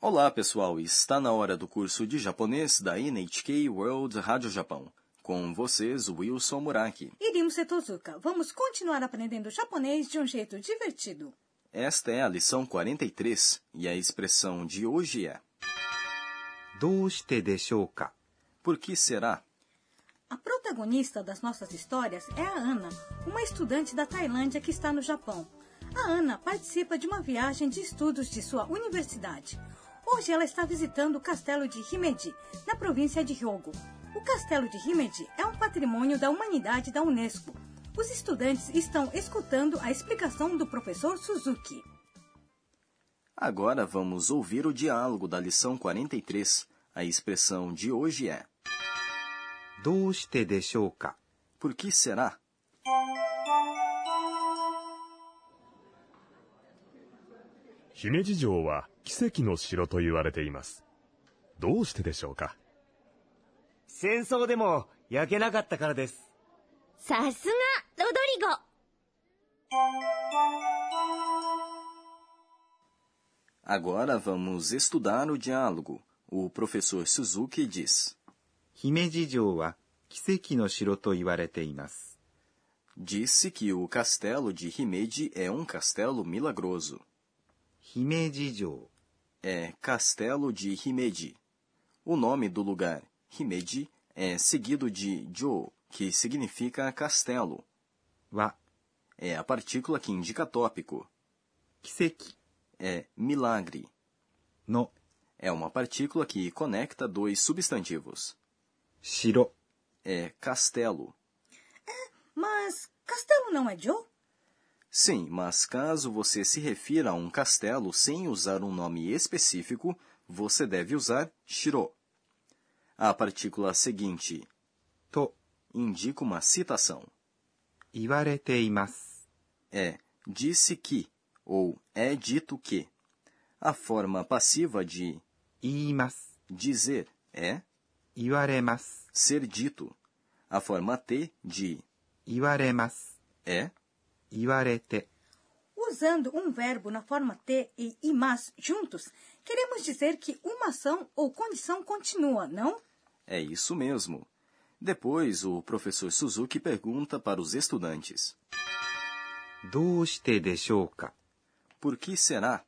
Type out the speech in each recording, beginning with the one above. Olá, pessoal! Está na hora do curso de japonês da NHK World Rádio Japão. Com vocês, Wilson Muraki. Irimo Setozuka, vamos continuar aprendendo japonês de um jeito divertido. Esta é a lição 43 e a expressão de hoje é どうしてでしょうか Por que será? A protagonista das nossas histórias é a Ana, uma estudante da Tailândia que está no Japão. A Ana participa de uma viagem de estudos de sua universidade. Hoje ela está visitando o castelo de Himeji, na província de Hyogo. O castelo de Himeji é um patrimônio da humanidade da Unesco. Os estudantes estão escutando a explicação do professor Suzuki. Agora vamos ouvir o diálogo da lição 43. A expressão de hoje é どうしてでしょうか Por que será? 姫路城は奇跡の城と言われています。どうしてでしょうか戦争でも焼けなかったからです。さすが、ロドリゴ。 Agora vamos estudar o diálogo. O professor Suzuki diz: 姫路城は奇跡の城と言われています。 Disse que o castelo de Himeji é um castelo milagroso. 姫路城、 É Castelo de Himeji. O nome do lugar, Himeji, é seguido de Jo, que significa castelo. は É a partícula que indica tópico. 奇跡 É milagre. の É uma partícula que conecta dois substantivos. 城。 É castelo. Mas castelo não é Joe? Sim, mas caso você se refira a um castelo sem usar um nome específico, você deve usar shiro. A partícula seguinte と indica uma citação. 言われています。 É disse que ou é dito que. A forma passiva de 言います。 dizer é 言われます。 ser dito. A forma T de 言われます。 é 言われて、 Usando um verbo na forma T e imas juntos, queremos dizer que uma ação ou condição continua, não? É isso mesmo. Depois, o professor Suzuki pergunta para os estudantes: どうしてでしょうか Por que será?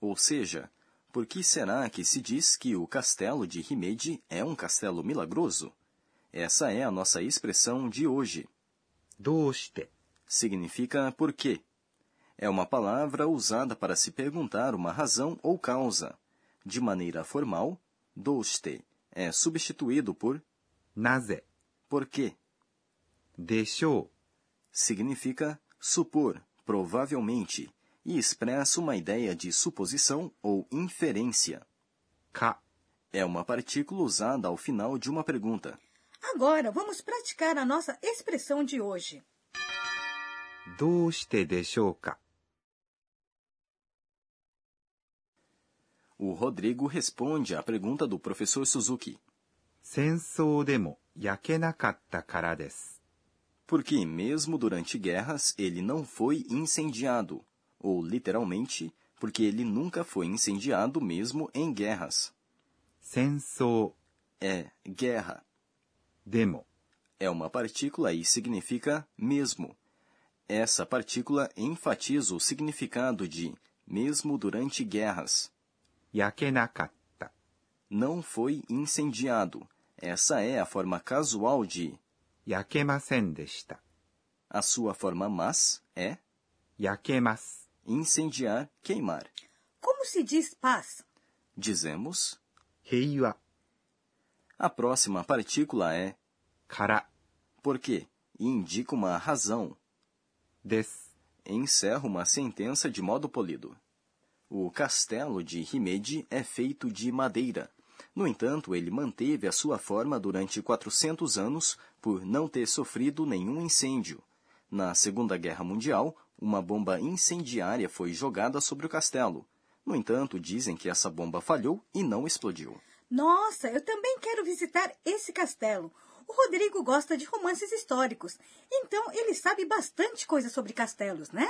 Ou seja, por que será que se diz que o castelo de Himeji é um castelo milagroso? Essa é a nossa expressão de hoje. どうして、 Significa por quê? É uma palavra usada para se perguntar uma razão ou causa. De maneira formal, doste é substituído por なぜ、 por quê. でしょ significa supor, provavelmente, e expressa uma ideia de suposição ou inferência. うか É uma partícula usada ao final de uma pergunta. Agora vamos praticar a nossa expressão de hoje. どうしてでしょうか O Rodrigo responde à pergunta do professor Suzuki, 戦争でも焼けなかったからです。 porque mesmo durante guerras ele não foi incendiado, ou literalmente, porque ele nunca foi incendiado mesmo em guerras. 戦争 É guerra. でも é uma partícula e significa mesmo. Essa partícula enfatiza o significado de mesmo durante guerras. 焼けなかった。 Não foi incendiado. Essa é a forma casual de. 焼けませんでした。 A sua forma mas é 焼けます。 incendiar, queimar. Como se diz paz? Dizemos. 平和 A próxima partícula é から、 porque e indica uma razão. です。 Encerra uma sentença de modo polido. O castelo de Himeji é feito de madeira. No entanto, ele manteve a sua forma durante 400 anos por não ter sofrido nenhum incêndio. Na Segunda Guerra Mundial, uma bomba incendiária foi jogada sobre o castelo. No entanto, dizem que essa bomba falhou e não explodiu. Nossa, eu também quero visitar esse castelo. O Rodrigo gosta de romances históricos, então ele sabe bastante coisa sobre castelos, né?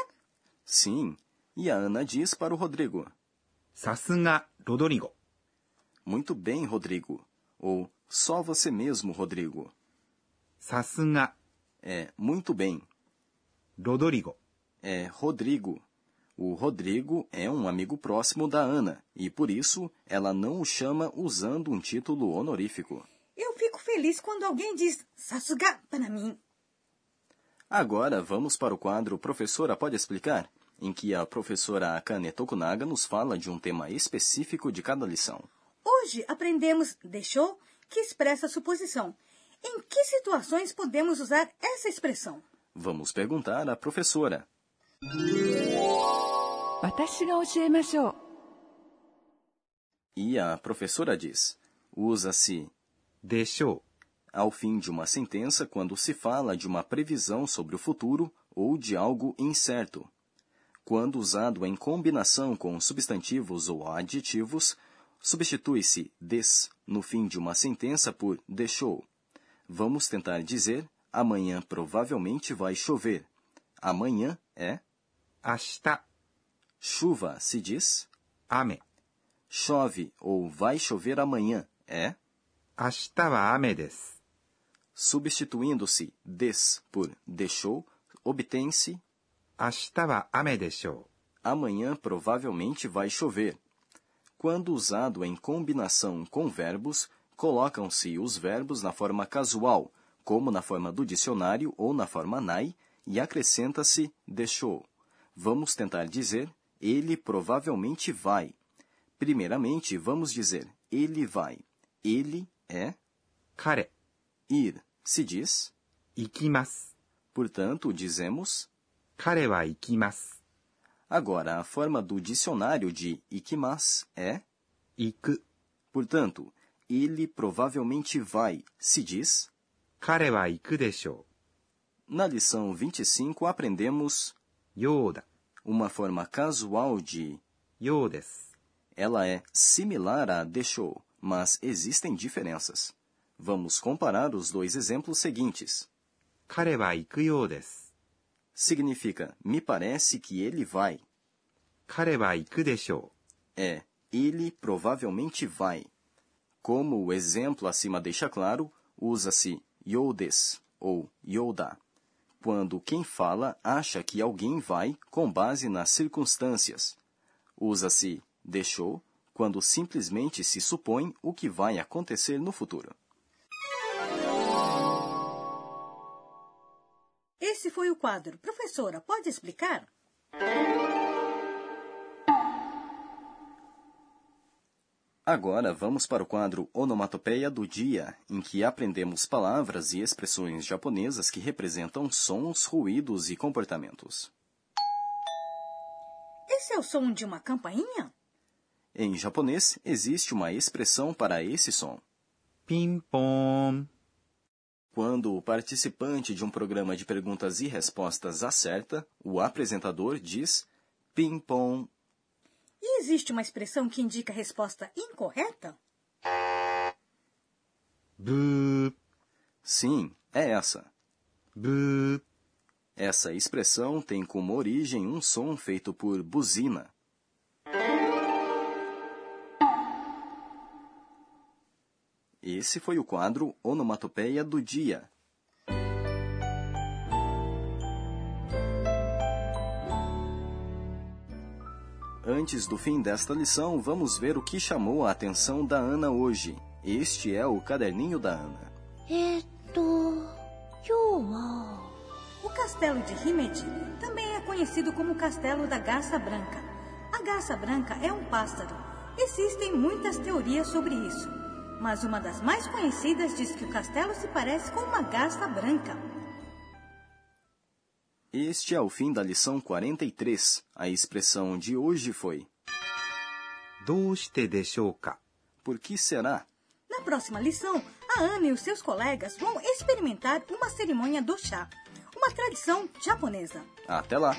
Sim, e a Ana diz para o Rodrigo: さすが、ロドリゴ。 Muito bem, Rodrigo. Ou só você mesmo, Rodrigo. さすが、 É muito bem. ロドリゴ。 É Rodrigo. O Rodrigo é um amigo próximo da Ana e por isso ela não o chama usando um título honorífico. Eu fico feliz quando alguém diz Sasuga para mim. Agora vamos para o quadro Professora Pode Explicar, em que a professora Akane Tokunaga nos fala de um tema específico de cada lição. Hoje aprendemos deixou, que expressa suposição. Em que situações podemos usar essa expressão? Vamos perguntar à professora. 私が教えましょう E a professora diz: usa-se でしょ ao fim de uma sentença quando se fala de uma previsão sobre o futuro ou de algo incerto. Quando usado em combinação com substantivos ou adjetivos, substitui-se des no fim de uma sentença por deixou. Vamos tentar dizer: amanhã provavelmente vai chover. Amanhã é う。明日、 chuva, se diz 雨。 chove ou vai chover amanhã é 明日は雨です。 substituindo-se des por deixou, obtém-se 明日は雨でしょ amanhã provavelmente vai chover. Quando usado em combinação com verbos, colocam-se os verbos na forma casual, como na forma do dicionário ou na forma nai, e acrescenta-se deixou. Vamos tentar dizer ele provavelmente vai. Primeiramente, vamos dizer ele vai. Ele é う。彼、 ir. Se diz, 行きます。 portanto, dizemos 彼は行きます。 Agora, a forma do dicionário de ikimas é, 行く。 portanto, ele provavelmente vai, se diz. 彼は行くでしょ Na lição 25 aprendemos う。ようだ。 uma forma casual de. ようです。 Ela é similar a deixou, mas existem diferenças. Vamos comparar os dois exemplos seguintes. 彼は行くようです。 Significa me parece que ele vai. 彼は行くでしょ é ele provavelmente vai. Como o exemplo acima deixa claro, usa-se yodes ou yoda, quando quem fala acha que alguém vai com base nas circunstâncias. Usa-se deixou quando simplesmente se supõe o que vai acontecer no futuro. Esse foi o quadro. Professora, pode explicar? Agora vamos para o quadro Onomatopeia do Dia, em que aprendemos palavras e expressões japonesas que representam sons, ruídos e comportamentos. Esse é o som de uma campainha? Em japonês, existe uma expressão para esse som. う。ピンポーン。 Quando o participante de um programa de perguntas e respostas acerta, o apresentador diz ping-pong. E existe uma expressão que indica a resposta incorreta? ブー、 Sim, é essa. ブー。 Essa expressão tem como origem um som feito por buzina. Esse foi o quadro Onomatopeia do Dia. Antes do fim desta lição, vamos ver o que chamou a atenção da Ana hoje. Este é o caderninho da Ana. えーっと今日は O castelo de Himeji também é conhecido como castelo da garça branca. A garça branca é um pássaro. Existem muitas teorias sobre isso, mas uma das mais conhecidas diz que o castelo se parece com uma garça branca. Este é o fim da lição 43. A expressão de hoje foi: どうしてでしょうか Por que será? Na próxima lição, a Ana e os seus colegas vão experimentar uma cerimônia do chá, uma tradição japonesa. Até lá!